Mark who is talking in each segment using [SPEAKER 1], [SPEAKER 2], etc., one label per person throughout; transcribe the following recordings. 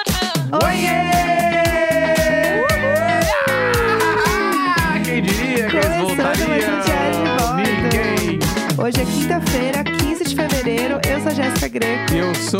[SPEAKER 1] um
[SPEAKER 2] Ah,
[SPEAKER 1] é Instagram.
[SPEAKER 2] E eu sou.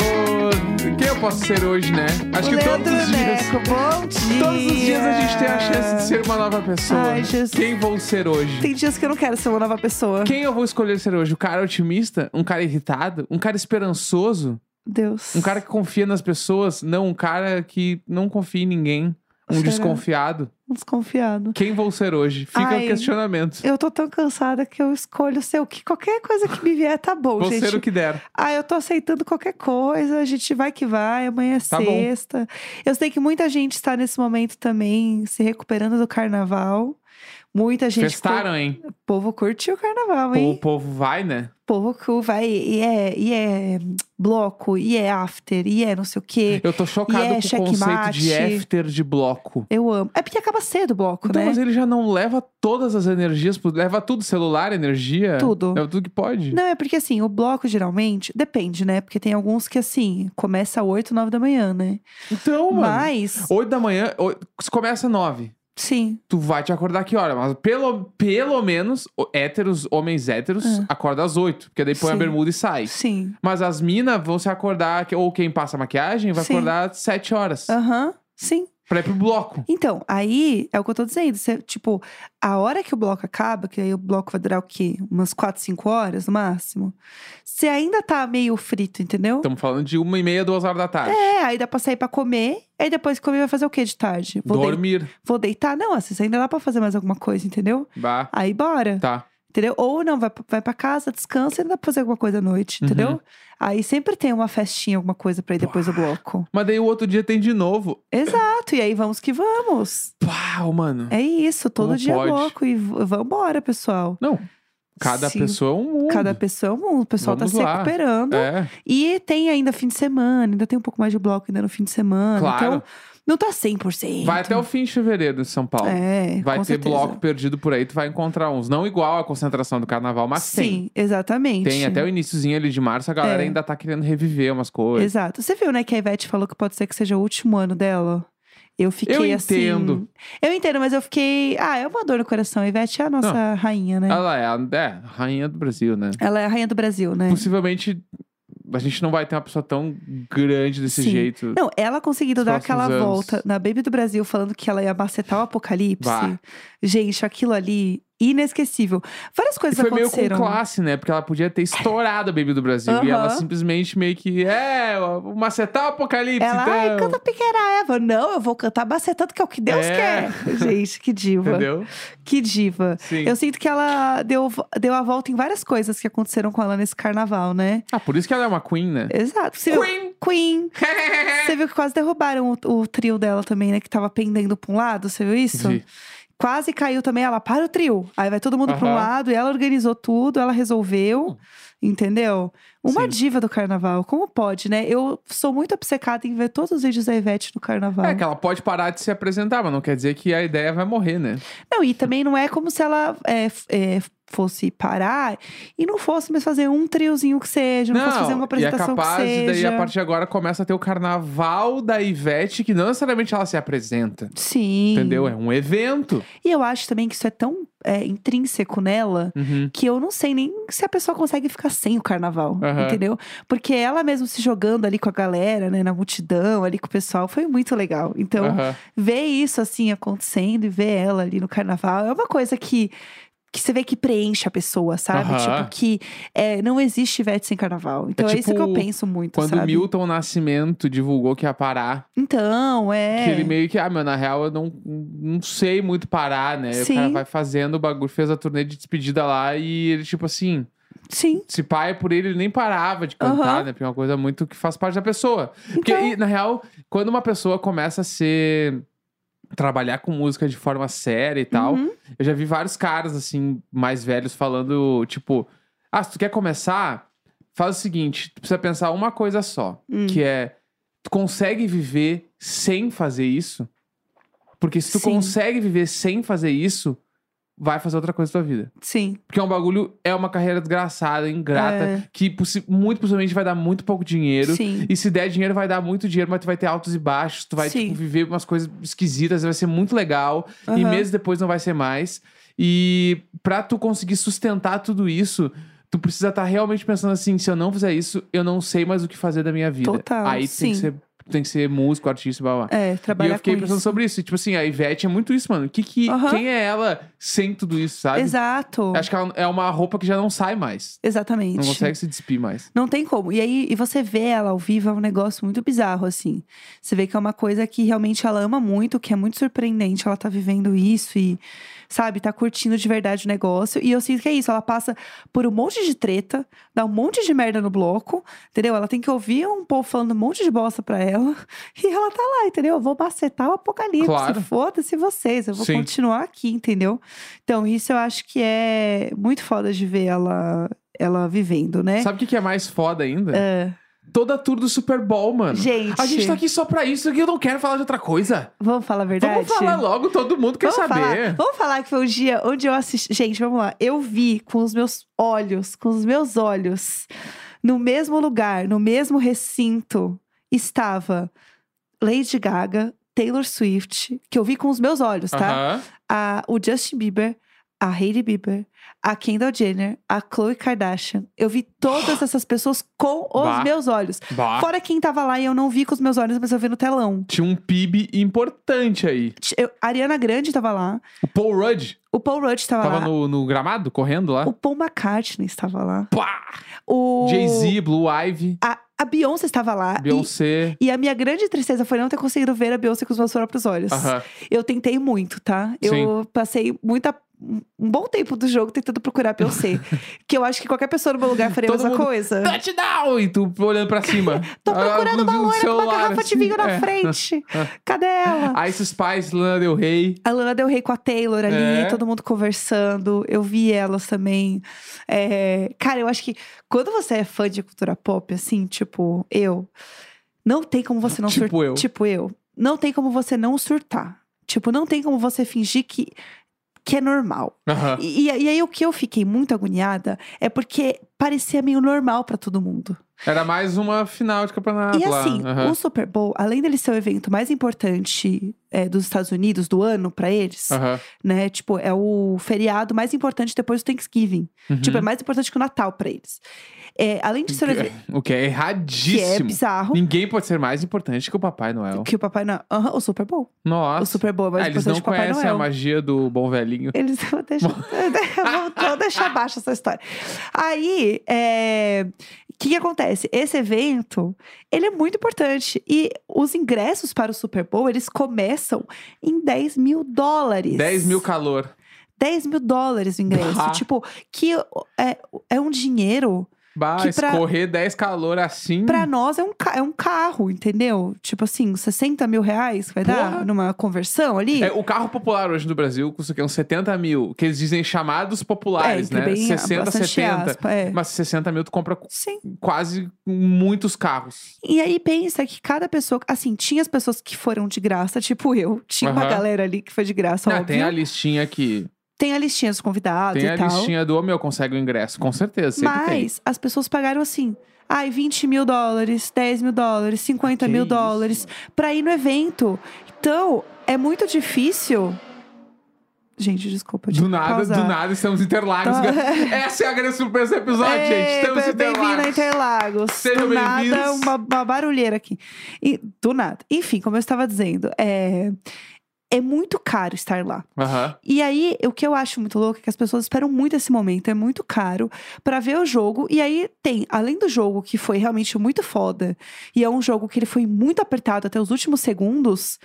[SPEAKER 2] Quem eu posso ser hoje, né? Acho que
[SPEAKER 1] Leandro
[SPEAKER 2] todos os dias.
[SPEAKER 1] Neco, bom dia.
[SPEAKER 2] Todos os dias a gente tem a chance de ser uma nova pessoa.
[SPEAKER 1] Ai, Jesus.
[SPEAKER 2] Quem vou ser hoje?
[SPEAKER 1] Tem dias que eu não quero ser uma nova pessoa.
[SPEAKER 2] Quem eu vou escolher ser hoje? O cara otimista? Um cara irritado? Um cara esperançoso?
[SPEAKER 1] Deus.
[SPEAKER 2] Um cara que confia nas pessoas? Não, um cara que não confia em ninguém. Um
[SPEAKER 1] Será?
[SPEAKER 2] desconfiado.
[SPEAKER 1] Um desconfiado.
[SPEAKER 2] Quem vou ser hoje? Fica
[SPEAKER 1] Ai.
[SPEAKER 2] o questionamento.
[SPEAKER 1] Eu tô tão cansada que eu escolho ser o que qualquer coisa que me vier tá bom,
[SPEAKER 2] vou
[SPEAKER 1] gente.
[SPEAKER 2] ser o que der.
[SPEAKER 1] Ah, eu tô aceitando qualquer coisa, a gente vai que vai, amanhã é
[SPEAKER 2] Tá bom.
[SPEAKER 1] sexta. Eu sei que muita gente está nesse momento também se recuperando do carnaval. Muita gente.
[SPEAKER 2] Festaram, hein?
[SPEAKER 1] O povo curtiu o carnaval,
[SPEAKER 2] O
[SPEAKER 1] hein?
[SPEAKER 2] povo vai, né?
[SPEAKER 1] O povo que vai, e é, e é hum, bloco, e é after, e é não sei o quê.
[SPEAKER 2] Eu tô chocado
[SPEAKER 1] E é
[SPEAKER 2] com o conceito
[SPEAKER 1] checkmate.
[SPEAKER 2] de after de bloco.
[SPEAKER 1] Eu amo. É porque acaba cedo o bloco,
[SPEAKER 2] Então,
[SPEAKER 1] né?
[SPEAKER 2] mas ele já não leva todas as energias, pro- leva tudo, celular, energia.
[SPEAKER 1] Tudo.
[SPEAKER 2] Leva tudo que pode.
[SPEAKER 1] Não, é porque assim, o bloco geralmente, depende, né? Porque tem alguns que assim, começa às 8, 9 da manhã, né?
[SPEAKER 2] Então, mano.
[SPEAKER 1] Mas,
[SPEAKER 2] oito da manhã, oi- se começa nove.
[SPEAKER 1] sim,
[SPEAKER 2] Tu vai te acordar que hora? Mas pelo, pelo menos, o- héteros, homens héteros,
[SPEAKER 1] Ah.
[SPEAKER 2] acorda às oito. Porque daí põe a
[SPEAKER 1] Sim.
[SPEAKER 2] bermuda e sai.
[SPEAKER 1] sim.
[SPEAKER 2] Mas as minas vão se acordar, que- ou quem passa maquiagem, vai
[SPEAKER 1] Sim. Ah.
[SPEAKER 2] acordar às sete horas.
[SPEAKER 1] Aham, sim.
[SPEAKER 2] Pra ir pro bloco.
[SPEAKER 1] Então, aí é o que eu tô dizendo. Você, tipo, a hora que o bloco acaba, que aí o bloco vai durar o quê? Umas 4, 5 horas no máximo. Você ainda tá meio frito, entendeu?
[SPEAKER 2] Estamos falando de uma e meia, duas horas da tarde.
[SPEAKER 1] É, aí dá pra sair pra comer. Aí depois que comer vai fazer o quê de tarde? Vou, dei-
[SPEAKER 2] Dormir.
[SPEAKER 1] vou deitar? Não, assim, você ainda dá pra fazer mais alguma coisa, entendeu?
[SPEAKER 2] Bah.
[SPEAKER 1] Aí bora,
[SPEAKER 2] Tá.
[SPEAKER 1] entendeu? Ou não, vai, pra- vai pra casa, descansa e ainda dá pra fazer alguma coisa à noite,
[SPEAKER 2] Uhum.
[SPEAKER 1] entendeu? Aí sempre tem uma festinha, alguma coisa pra ir depois do bloco.
[SPEAKER 2] Mas daí o outro dia tem de novo.
[SPEAKER 1] Exato, e aí vamos que vamos.
[SPEAKER 2] Pau, mano.
[SPEAKER 1] É isso, todo
[SPEAKER 2] Hum. Como
[SPEAKER 1] dia
[SPEAKER 2] pode?
[SPEAKER 1] louco e v- vambora, pessoal.
[SPEAKER 2] Não. Cada
[SPEAKER 1] Sim.
[SPEAKER 2] pessoa é um mundo.
[SPEAKER 1] Cada pessoa é um mundo, o pessoal
[SPEAKER 2] Vamos
[SPEAKER 1] tá se
[SPEAKER 2] lá.
[SPEAKER 1] recuperando.
[SPEAKER 2] É,
[SPEAKER 1] E tem ainda fim de semana, ainda tem um pouco mais de bloco ainda no fim de semana.
[SPEAKER 2] claro.
[SPEAKER 1] Então, não tá 100%.
[SPEAKER 2] vai até o fim de fevereiro em São Paulo.
[SPEAKER 1] É,
[SPEAKER 2] vai
[SPEAKER 1] com
[SPEAKER 2] ter
[SPEAKER 1] certeza.
[SPEAKER 2] bloco perdido por aí, tu vai encontrar uns. Não igual a concentração do carnaval, mas
[SPEAKER 1] Sim, exatamente.
[SPEAKER 2] tem. Tem até o iníciozinho ali de março, a galera
[SPEAKER 1] É.
[SPEAKER 2] ainda tá querendo reviver umas coisas.
[SPEAKER 1] Exato. Você viu, né, que a Ivete falou que pode ser que seja o último ano dela? Eu fiquei
[SPEAKER 2] Eu
[SPEAKER 1] assim.
[SPEAKER 2] entendo.
[SPEAKER 1] Eu entendo, mas eu fiquei. Ah, é uma dor no coração. A Ivete é a nossa rainha, né?
[SPEAKER 2] Ela é, a, é, a rainha do Brasil, né?
[SPEAKER 1] Ela é a rainha do Brasil, né?
[SPEAKER 2] Possivelmente a gente não vai ter uma pessoa tão grande desse
[SPEAKER 1] Sim.
[SPEAKER 2] jeito.
[SPEAKER 1] Não, ela conseguindo
[SPEAKER 2] Os
[SPEAKER 1] dar
[SPEAKER 2] próximos
[SPEAKER 1] aquela
[SPEAKER 2] anos.
[SPEAKER 1] volta na Baby do Brasil falando que ela ia macetar o apocalipse.
[SPEAKER 2] Bah.
[SPEAKER 1] Gente, aquilo ali, inesquecível. Várias
[SPEAKER 2] E
[SPEAKER 1] coisas
[SPEAKER 2] foi meio com
[SPEAKER 1] aconteceram.
[SPEAKER 2] classe, né? Porque ela podia ter estourado a Baby do Brasil. E ela
[SPEAKER 1] Aham.
[SPEAKER 2] simplesmente meio que. É, o macetar o apocalipse.
[SPEAKER 1] ela,
[SPEAKER 2] então.
[SPEAKER 1] ai, canta Piqueira Eva. Não, eu vou cantar macetando, que é o que Deus
[SPEAKER 2] É.
[SPEAKER 1] quer. Gente, que diva.
[SPEAKER 2] Entendeu?
[SPEAKER 1] Que diva.
[SPEAKER 2] Sim.
[SPEAKER 1] Eu sinto que ela deu, deu a volta em várias coisas que aconteceram com ela nesse carnaval, né?
[SPEAKER 2] Ah, por isso que ela é uma queen, né?
[SPEAKER 1] Exato. Você viu-
[SPEAKER 2] Queen! É.
[SPEAKER 1] Queen. Você viu que quase derrubaram o, o trio dela também, né? Que tava pendendo pra um lado, você viu isso?
[SPEAKER 2] Vi.
[SPEAKER 1] Quase caiu também, ela para o trio. Aí vai todo mundo pra um
[SPEAKER 2] Aham. Hum.
[SPEAKER 1] lado, e ela organizou tudo, ela resolveu, entendeu? Uma
[SPEAKER 2] Sim.
[SPEAKER 1] diva do carnaval, como pode, né? Eu sou muito obcecada em ver todos os vídeos da Ivete no carnaval.
[SPEAKER 2] É que ela pode parar de se apresentar, mas não quer dizer que a ideia vai morrer, né?
[SPEAKER 1] Não, e também não é como se ela é, f- é, fosse parar e não fosse mais fazer um triozinho que seja, não, fosse fazer uma apresentação
[SPEAKER 2] e é capaz,
[SPEAKER 1] que
[SPEAKER 2] e daí
[SPEAKER 1] seja.
[SPEAKER 2] a partir de agora começa a ter o carnaval da Ivete, que não necessariamente ela se apresenta.
[SPEAKER 1] Sim.
[SPEAKER 2] Entendeu? É um evento.
[SPEAKER 1] E eu acho também que isso é tão é, intrínseco nela
[SPEAKER 2] Uhum.
[SPEAKER 1] que eu não sei nem se a pessoa consegue ficar sem o carnaval,
[SPEAKER 2] Aham.
[SPEAKER 1] entendeu? Porque ela mesmo se jogando ali com a galera, né, na multidão, ali com o pessoal, foi muito legal. Então,
[SPEAKER 2] Aham.
[SPEAKER 1] ver isso assim acontecendo e ver ela ali no carnaval é uma coisa que que você vê que preenche a pessoa, sabe?
[SPEAKER 2] Aham.
[SPEAKER 1] Tipo, que é, não existe Ivete sem carnaval. Então, é,
[SPEAKER 2] tipo
[SPEAKER 1] isso que eu penso muito,
[SPEAKER 2] Quando
[SPEAKER 1] sabe?
[SPEAKER 2] o Milton Nascimento divulgou que ia parar,
[SPEAKER 1] Então, é...
[SPEAKER 2] que ele meio que, ah, meu, na real eu não, não sei muito parar, né? E O cara
[SPEAKER 1] Sim.
[SPEAKER 2] vai fazendo o bagulho, fez a turnê de despedida lá e ele, tipo assim,
[SPEAKER 1] Sim,
[SPEAKER 2] Se pai por ele, ele nem parava de cantar,
[SPEAKER 1] Aham.
[SPEAKER 2] né? Porque é uma coisa muito que faz parte da pessoa. Porque,
[SPEAKER 1] então...
[SPEAKER 2] e, na real, quando uma pessoa começa a ser. trabalhar com música de forma séria e tal,
[SPEAKER 1] Uhum.
[SPEAKER 2] eu já vi vários caras, assim, mais velhos falando, tipo, ah, se tu quer começar, faz o seguinte, tu precisa pensar uma coisa só,
[SPEAKER 1] Hum.
[SPEAKER 2] que é. Tu consegue viver sem fazer isso? Porque se tu
[SPEAKER 1] Sim.
[SPEAKER 2] consegue viver sem fazer isso, vai fazer outra coisa da tua vida.
[SPEAKER 1] Sim,
[SPEAKER 2] Porque é um bagulho, é uma carreira desgraçada, ingrata,
[SPEAKER 1] É.
[SPEAKER 2] que possi- muito possivelmente vai dar muito pouco dinheiro.
[SPEAKER 1] sim.
[SPEAKER 2] E se der dinheiro, vai dar muito dinheiro, mas tu vai ter altos e baixos, tu vai
[SPEAKER 1] Sim.
[SPEAKER 2] tipo, viver umas coisas esquisitas, vai ser muito legal. E
[SPEAKER 1] Aham.
[SPEAKER 2] meses depois não vai ser mais. E pra tu conseguir sustentar tudo isso, tu precisa estar realmente pensando assim, se eu não fizer isso, eu não sei mais o que fazer da minha vida.
[SPEAKER 1] Total,
[SPEAKER 2] Aí tu tem
[SPEAKER 1] sim.
[SPEAKER 2] que ser, tu tem que ser músico, artista e blá blá. blá.
[SPEAKER 1] É,
[SPEAKER 2] E
[SPEAKER 1] trabalhar
[SPEAKER 2] eu fiquei
[SPEAKER 1] com
[SPEAKER 2] pensando
[SPEAKER 1] isso.
[SPEAKER 2] sobre isso. E, tipo assim, a Ivete é muito isso, mano. Que, que,
[SPEAKER 1] Aham.
[SPEAKER 2] Quem é ela sem tudo isso, sabe?
[SPEAKER 1] Exato.
[SPEAKER 2] Acho que ela é uma roupa que já não sai mais.
[SPEAKER 1] Exatamente.
[SPEAKER 2] Não consegue se despir mais.
[SPEAKER 1] Não tem como. E aí, e você vê ela ao vivo, é um negócio muito bizarro, assim. Você vê que é uma coisa que realmente ela ama muito, que é muito surpreendente. Ela tá vivendo isso e, sabe, tá curtindo de verdade o negócio. E eu sinto que é isso. Ela passa por um monte de treta, dá um monte de merda no bloco, entendeu? Ela tem que ouvir um povo falando um monte de bosta pra ela. E ela tá lá, entendeu? Eu vou macetar o apocalipse.
[SPEAKER 2] Claro.
[SPEAKER 1] Foda-se vocês. Eu vou
[SPEAKER 2] Sim.
[SPEAKER 1] continuar aqui, entendeu? Então, isso eu acho que é muito foda de ver ela, ela vivendo, né?
[SPEAKER 2] Sabe o que, que é mais foda ainda? Toda a tour do Super Bowl, mano.
[SPEAKER 1] É. Gente,
[SPEAKER 2] A gente tá aqui só pra isso, que eu não quero falar de outra coisa.
[SPEAKER 1] vamos falar a verdade?
[SPEAKER 2] Vamos falar logo, todo mundo quer
[SPEAKER 1] Vamos
[SPEAKER 2] saber.
[SPEAKER 1] Falar, vamos falar que foi o dia onde eu assisti. Gente, vamos lá. Eu vi com os meus olhos, com os meus olhos, no mesmo lugar, no mesmo recinto, estava Lady Gaga, Taylor Swift, que eu vi com os meus olhos, tá?
[SPEAKER 2] Aham.
[SPEAKER 1] a- o Justin Bieber, a Hailey Bieber, a Kendall Jenner, a Khloe Kardashian. Eu vi todas essas pessoas com os
[SPEAKER 2] Bah.
[SPEAKER 1] meus olhos.
[SPEAKER 2] Bah.
[SPEAKER 1] Fora quem tava lá e eu não vi com os meus olhos, mas eu vi no telão.
[SPEAKER 2] Tinha um PIB importante aí.
[SPEAKER 1] T- eu- a Ariana Grande tava lá,
[SPEAKER 2] O Paul Rudd
[SPEAKER 1] o Paul Rudd tava,
[SPEAKER 2] tava
[SPEAKER 1] lá,
[SPEAKER 2] no, no gramado, correndo lá.
[SPEAKER 1] o Paul McCartney estava lá,
[SPEAKER 2] Pá!
[SPEAKER 1] o
[SPEAKER 2] Jay-Z, Blue Ivy,
[SPEAKER 1] a, a Beyoncé estava lá. e-
[SPEAKER 2] Beyoncé.
[SPEAKER 1] E, a minha grande tristeza foi não ter conseguido ver a Beyoncé com os meus próprios olhos.
[SPEAKER 2] Aham.
[SPEAKER 1] Eu tentei muito, tá? Eu
[SPEAKER 2] Sim.
[SPEAKER 1] passei muita um bom tempo do jogo tentando procurar a Beyoncé. que eu acho que qualquer pessoa no meu lugar faria a
[SPEAKER 2] Todo
[SPEAKER 1] mesma
[SPEAKER 2] mundo-
[SPEAKER 1] coisa.
[SPEAKER 2] Touchdown! E tu olhando pra cima.
[SPEAKER 1] Tô procurando
[SPEAKER 2] Ah,
[SPEAKER 1] uma loira
[SPEAKER 2] do
[SPEAKER 1] com uma
[SPEAKER 2] celular,
[SPEAKER 1] garrafa de
[SPEAKER 2] assim,
[SPEAKER 1] vinho na
[SPEAKER 2] é.
[SPEAKER 1] frente. Cadê ela?
[SPEAKER 2] Ice Spice, Lana Del Rey.
[SPEAKER 1] A Lana Del Rey com a Taylor ali,
[SPEAKER 2] É.
[SPEAKER 1] todo mundo conversando. Eu vi elas também. É, Cara, eu acho que quando você é fã de cultura pop, assim, tipo, eu, não tem como você não
[SPEAKER 2] Tipo
[SPEAKER 1] surtar.
[SPEAKER 2] eu.
[SPEAKER 1] Tipo eu. Não tem como você não surtar. Tipo, não tem como você fingir que, que é normal.
[SPEAKER 2] Aham.
[SPEAKER 1] E, e aí o que eu fiquei muito agoniada é porque parecia meio normal pra todo mundo.
[SPEAKER 2] Era mais uma final de campeonato
[SPEAKER 1] E
[SPEAKER 2] lá.
[SPEAKER 1] assim,
[SPEAKER 2] Ah, Aham.
[SPEAKER 1] o Super Bowl, além dele ser o evento mais importante é, dos Estados Unidos do ano pra eles,
[SPEAKER 2] Aham.
[SPEAKER 1] né? Tipo, é o feriado mais importante depois do Thanksgiving.
[SPEAKER 2] Uhum.
[SPEAKER 1] Tipo, é mais importante que o Natal pra eles. É, além de ser um evento
[SPEAKER 2] O que é
[SPEAKER 1] que é
[SPEAKER 2] erradíssimo.
[SPEAKER 1] bizarro,
[SPEAKER 2] Ninguém pode ser mais importante que o Papai Noel.
[SPEAKER 1] que o Papai Noel. Aham, o Super Bowl.
[SPEAKER 2] Nossa.
[SPEAKER 1] O Super Bowl é mais
[SPEAKER 2] Ah, eles
[SPEAKER 1] importante
[SPEAKER 2] não
[SPEAKER 1] que o Papai
[SPEAKER 2] conhecem a
[SPEAKER 1] Noel.
[SPEAKER 2] magia do bom velhinho.
[SPEAKER 1] Eles vão deixar. vão deixar abaixo essa história. Aí, é, o que, que acontece? Esse evento, ele é muito importante. E os ingressos para o Super Bowl, eles começam em 10 mil dólares.
[SPEAKER 2] 10 mil calor.
[SPEAKER 1] 10 mil dólares o ingresso.
[SPEAKER 2] Bah.
[SPEAKER 1] Tipo, que é, é um dinheiro.
[SPEAKER 2] Bah,
[SPEAKER 1] Que pra-
[SPEAKER 2] escorrer 10 calor assim.
[SPEAKER 1] Pra nós é um, ca- é um carro, entendeu? Tipo assim, 60 mil reais que vai dar
[SPEAKER 2] Porra.
[SPEAKER 1] numa conversão ali.
[SPEAKER 2] É, o carro popular hoje no Brasil custa o quê? é uns 70 mil. Que eles dizem chamados
[SPEAKER 1] É,
[SPEAKER 2] populares,
[SPEAKER 1] entre
[SPEAKER 2] né?
[SPEAKER 1] bem-
[SPEAKER 2] 60,
[SPEAKER 1] bastante
[SPEAKER 2] 70.
[SPEAKER 1] aspa, é.
[SPEAKER 2] Mas 60 mil tu compra qu-
[SPEAKER 1] Sim.
[SPEAKER 2] quase muitos carros.
[SPEAKER 1] E aí pensa que cada pessoa, assim, tinha as pessoas que foram de graça, tipo eu, tinha uma
[SPEAKER 2] Aham.
[SPEAKER 1] galera ali que foi de graça,
[SPEAKER 2] Ah,
[SPEAKER 1] óbvio.
[SPEAKER 2] tem a listinha aqui.
[SPEAKER 1] Tem a listinha dos convidados
[SPEAKER 2] Tem
[SPEAKER 1] e
[SPEAKER 2] a
[SPEAKER 1] tal.
[SPEAKER 2] listinha do, ô meu, consegue o ingresso. Com certeza, sempre tem.
[SPEAKER 1] Mas as pessoas pagaram assim, ai, 20 mil dólares, 10 mil dólares, 50
[SPEAKER 2] Ah, Que
[SPEAKER 1] mil
[SPEAKER 2] isso,
[SPEAKER 1] dólares pra ir no evento. Então, é muito difícil. Gente, desculpa. eu tive
[SPEAKER 2] Do
[SPEAKER 1] que
[SPEAKER 2] nada,
[SPEAKER 1] pausar.
[SPEAKER 2] do nada, estamos em Interlagos.
[SPEAKER 1] Tá.
[SPEAKER 2] Essa é a grande surpresa do episódio, gente. Estamos em
[SPEAKER 1] Ei, Bem-vindo a
[SPEAKER 2] Interlagos.
[SPEAKER 1] Interlagos.
[SPEAKER 2] Sejam
[SPEAKER 1] do nada,
[SPEAKER 2] bem-vindos.
[SPEAKER 1] uma, uma barulheira aqui. E, do nada. Enfim, como eu estava dizendo, é, é muito caro estar lá.
[SPEAKER 2] Aham.
[SPEAKER 1] E aí, o que eu acho muito louco é que as pessoas esperam muito esse momento, é muito caro pra ver o jogo. E aí tem, além do jogo que foi realmente muito foda, e é um jogo que ele foi muito apertado até os últimos segundos,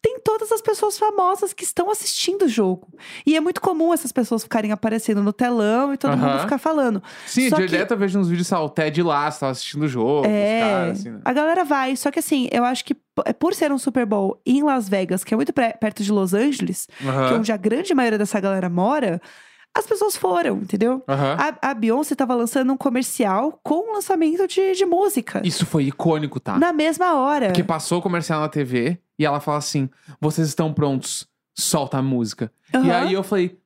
[SPEAKER 1] tem todas as pessoas famosas que estão assistindo o jogo. E é muito comum essas pessoas ficarem aparecendo no telão e todo mundo
[SPEAKER 2] Aham.
[SPEAKER 1] ficar falando.
[SPEAKER 2] Sim,
[SPEAKER 1] Só que-
[SPEAKER 2] direto eu vejo uns vídeos salté de lá, você tava assistindo o jogo,
[SPEAKER 1] É.
[SPEAKER 2] os caras, assim, né?
[SPEAKER 1] A galera vai, só que assim, eu acho que p- por ser um Super Bowl em Las Vegas, que é muito pre- perto de Los Angeles, que é
[SPEAKER 2] Aham.
[SPEAKER 1] onde a grande maioria dessa galera mora, as pessoas foram, entendeu?
[SPEAKER 2] Aham.
[SPEAKER 1] A, a Beyoncé tava lançando um comercial com um lançamento de, de música.
[SPEAKER 2] Isso foi icônico, tá?
[SPEAKER 1] Na mesma hora.
[SPEAKER 2] Porque passou o comercial na TV e ela fala assim: vocês estão prontos, solta a música. E
[SPEAKER 1] Aham.
[SPEAKER 2] aí eu falei: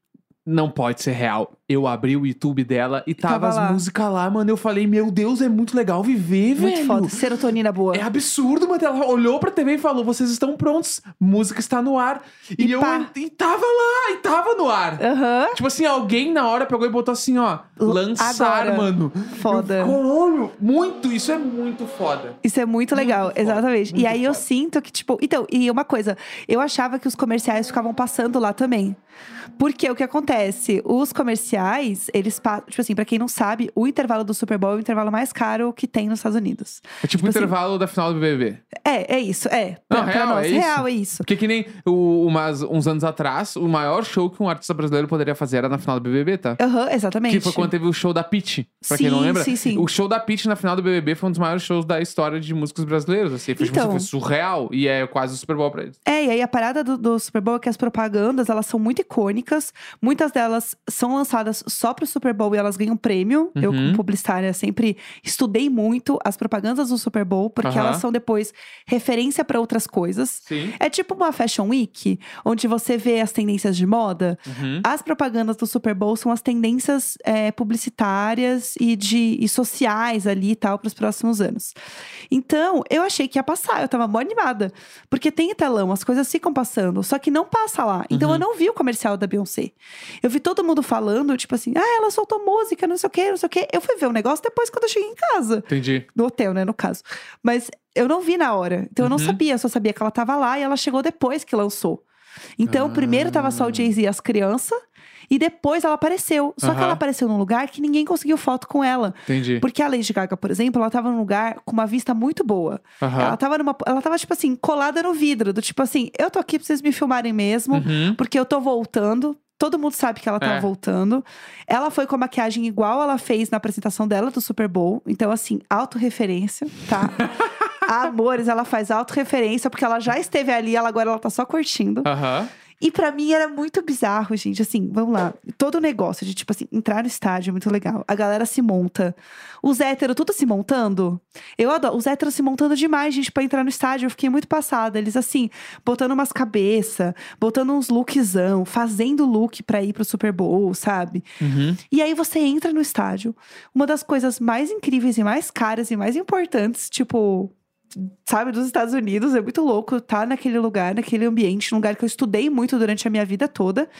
[SPEAKER 2] não pode ser real. Eu abri o YouTube dela e tava,
[SPEAKER 1] Tava
[SPEAKER 2] as
[SPEAKER 1] lá.
[SPEAKER 2] músicas lá, mano. Eu falei, meu Deus, é muito legal viver,
[SPEAKER 1] Muito
[SPEAKER 2] velho.
[SPEAKER 1] foda. Serotonina boa.
[SPEAKER 2] É absurdo, mano. Ela olhou pra TV e falou: vocês estão prontos, música está no ar. E,
[SPEAKER 1] E
[SPEAKER 2] eu
[SPEAKER 1] pá.
[SPEAKER 2] e tava lá, e tava no ar.
[SPEAKER 1] Aham.
[SPEAKER 2] Tipo assim, alguém na hora pegou e botou assim, ó,
[SPEAKER 1] L-
[SPEAKER 2] lançar,
[SPEAKER 1] agora.
[SPEAKER 2] mano.
[SPEAKER 1] Foda.
[SPEAKER 2] Eu, Caralho, muito, isso é muito foda.
[SPEAKER 1] Isso é muito legal,
[SPEAKER 2] foda,
[SPEAKER 1] exatamente.
[SPEAKER 2] muito
[SPEAKER 1] e aí eu
[SPEAKER 2] foda.
[SPEAKER 1] sinto que, tipo. Então, e uma coisa, eu achava que os comerciais ficavam passando lá também. Porque o que acontece? Os comerciais, eles. pa- Tipo assim, pra quem não sabe, o intervalo do Super Bowl é o intervalo mais caro que tem nos Estados Unidos.
[SPEAKER 2] É tipo,
[SPEAKER 1] Tipo
[SPEAKER 2] o
[SPEAKER 1] assim-
[SPEAKER 2] intervalo da final do BBB.
[SPEAKER 1] É, é isso, é. Pra,
[SPEAKER 2] Não,
[SPEAKER 1] pra
[SPEAKER 2] real,
[SPEAKER 1] nós.
[SPEAKER 2] é isso.
[SPEAKER 1] Real, é isso.
[SPEAKER 2] Porque que nem o- umas- uns anos atrás, o maior show que um artista brasileiro poderia fazer era na final do BBB, tá?
[SPEAKER 1] Aham, exatamente.
[SPEAKER 2] Que foi quando teve o show da Pitty, pra quem
[SPEAKER 1] Sim,
[SPEAKER 2] não lembra.
[SPEAKER 1] sim, sim.
[SPEAKER 2] O show da Pitty na final do BBB foi um dos maiores shows da história de músicos brasileiros, assim. Foi, tipo,
[SPEAKER 1] Então.
[SPEAKER 2] foi surreal e é quase o Super Bowl pra eles.
[SPEAKER 1] É, e aí a parada do, do Super Bowl é que as propagandas, elas são muito icônicas. Muitas delas são lançadas só pro Super Bowl e elas ganham prêmio. Eu,
[SPEAKER 2] Uhum.
[SPEAKER 1] como publicitária, sempre estudei muito as propagandas do Super Bowl, porque
[SPEAKER 2] Aham.
[SPEAKER 1] elas são depois referência para outras coisas.
[SPEAKER 2] Sim.
[SPEAKER 1] É tipo uma Fashion Week, onde você vê as tendências de moda.
[SPEAKER 2] Uhum.
[SPEAKER 1] As propagandas do Super Bowl são as tendências é, publicitárias e, de, e sociais ali e tal para os próximos anos. Então, eu achei que ia passar, eu tava mó animada. Porque tem telão, as coisas ficam passando, só que não passa lá. Então,
[SPEAKER 2] Uhum.
[SPEAKER 1] eu não vi o comercial da Beyoncé. Eu vi todo mundo falando, tipo assim, ah, ela soltou música, não sei o quê, não sei o quê. Eu fui ver o negócio depois quando eu cheguei em casa
[SPEAKER 2] Entendi.
[SPEAKER 1] no hotel, né, no caso. Mas eu não vi na hora. Então eu não
[SPEAKER 2] Uhum.
[SPEAKER 1] sabia, eu só sabia que ela tava lá e ela chegou depois que lançou. Então,
[SPEAKER 2] Ah.
[SPEAKER 1] primeiro tava só o Jay-Z e as crianças, e depois ela apareceu. Só que
[SPEAKER 2] Aham.
[SPEAKER 1] ela apareceu num lugar que ninguém conseguiu foto com ela.
[SPEAKER 2] Entendi.
[SPEAKER 1] Porque a Lady Gaga, por exemplo, ela tava num lugar com uma vista muito boa.
[SPEAKER 2] Aham.
[SPEAKER 1] Ela tava numa. Ela tava, tipo assim, colada no vidro. Do tipo assim, eu tô aqui pra vocês me filmarem mesmo
[SPEAKER 2] Uhum.
[SPEAKER 1] porque eu tô voltando. Todo mundo sabe que ela tá
[SPEAKER 2] É.
[SPEAKER 1] voltando. Ela foi com a maquiagem igual ela fez na apresentação dela do Super Bowl. Então, assim, autorreferência, tá? Amores, ela faz autorreferência, porque ela já esteve ali, ela agora ela tá só curtindo.
[SPEAKER 2] Aham.
[SPEAKER 1] E pra mim era muito bizarro, gente. Assim, vamos lá. Todo o negócio de, tipo assim, entrar no estádio é muito legal. A galera se monta. Os héteros, tudo se montando. Eu adoro. Os héteros se montando demais, gente, pra entrar no estádio. Eu fiquei muito passada. Eles, assim, botando umas cabeças, botando uns lookzão, fazendo look pra ir pro Super Bowl, sabe?
[SPEAKER 2] Uhum.
[SPEAKER 1] E aí você entra no estádio. Uma das coisas mais incríveis e mais caras e mais importantes, tipo, sabe, dos Estados Unidos, é muito louco estar naquele lugar, naquele ambiente, um lugar que eu estudei muito durante a minha vida toda,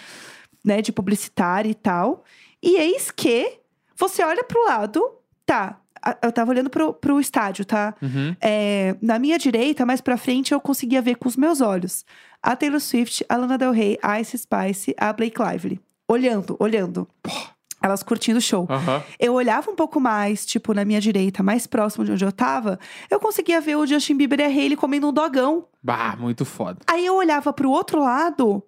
[SPEAKER 1] né, de publicitária e tal. E eis que você olha pro lado, tá. a- Eu tava olhando pro, pro estádio, tá?
[SPEAKER 2] Uhum.
[SPEAKER 1] É, na minha direita, mais pra frente, eu conseguia ver com os meus olhos a Taylor Swift, a Lana Del Rey, a Ice Spice, a Blake Lively. Olhando, olhando. Elas curtindo o show.
[SPEAKER 2] Aham.
[SPEAKER 1] Eu olhava um pouco mais, tipo, na minha direita, mais próximo de onde eu tava, eu conseguia ver o Justin Bieber e a Hailey comendo um dogão.
[SPEAKER 2] Bah, muito foda.
[SPEAKER 1] Aí eu olhava pro outro lado,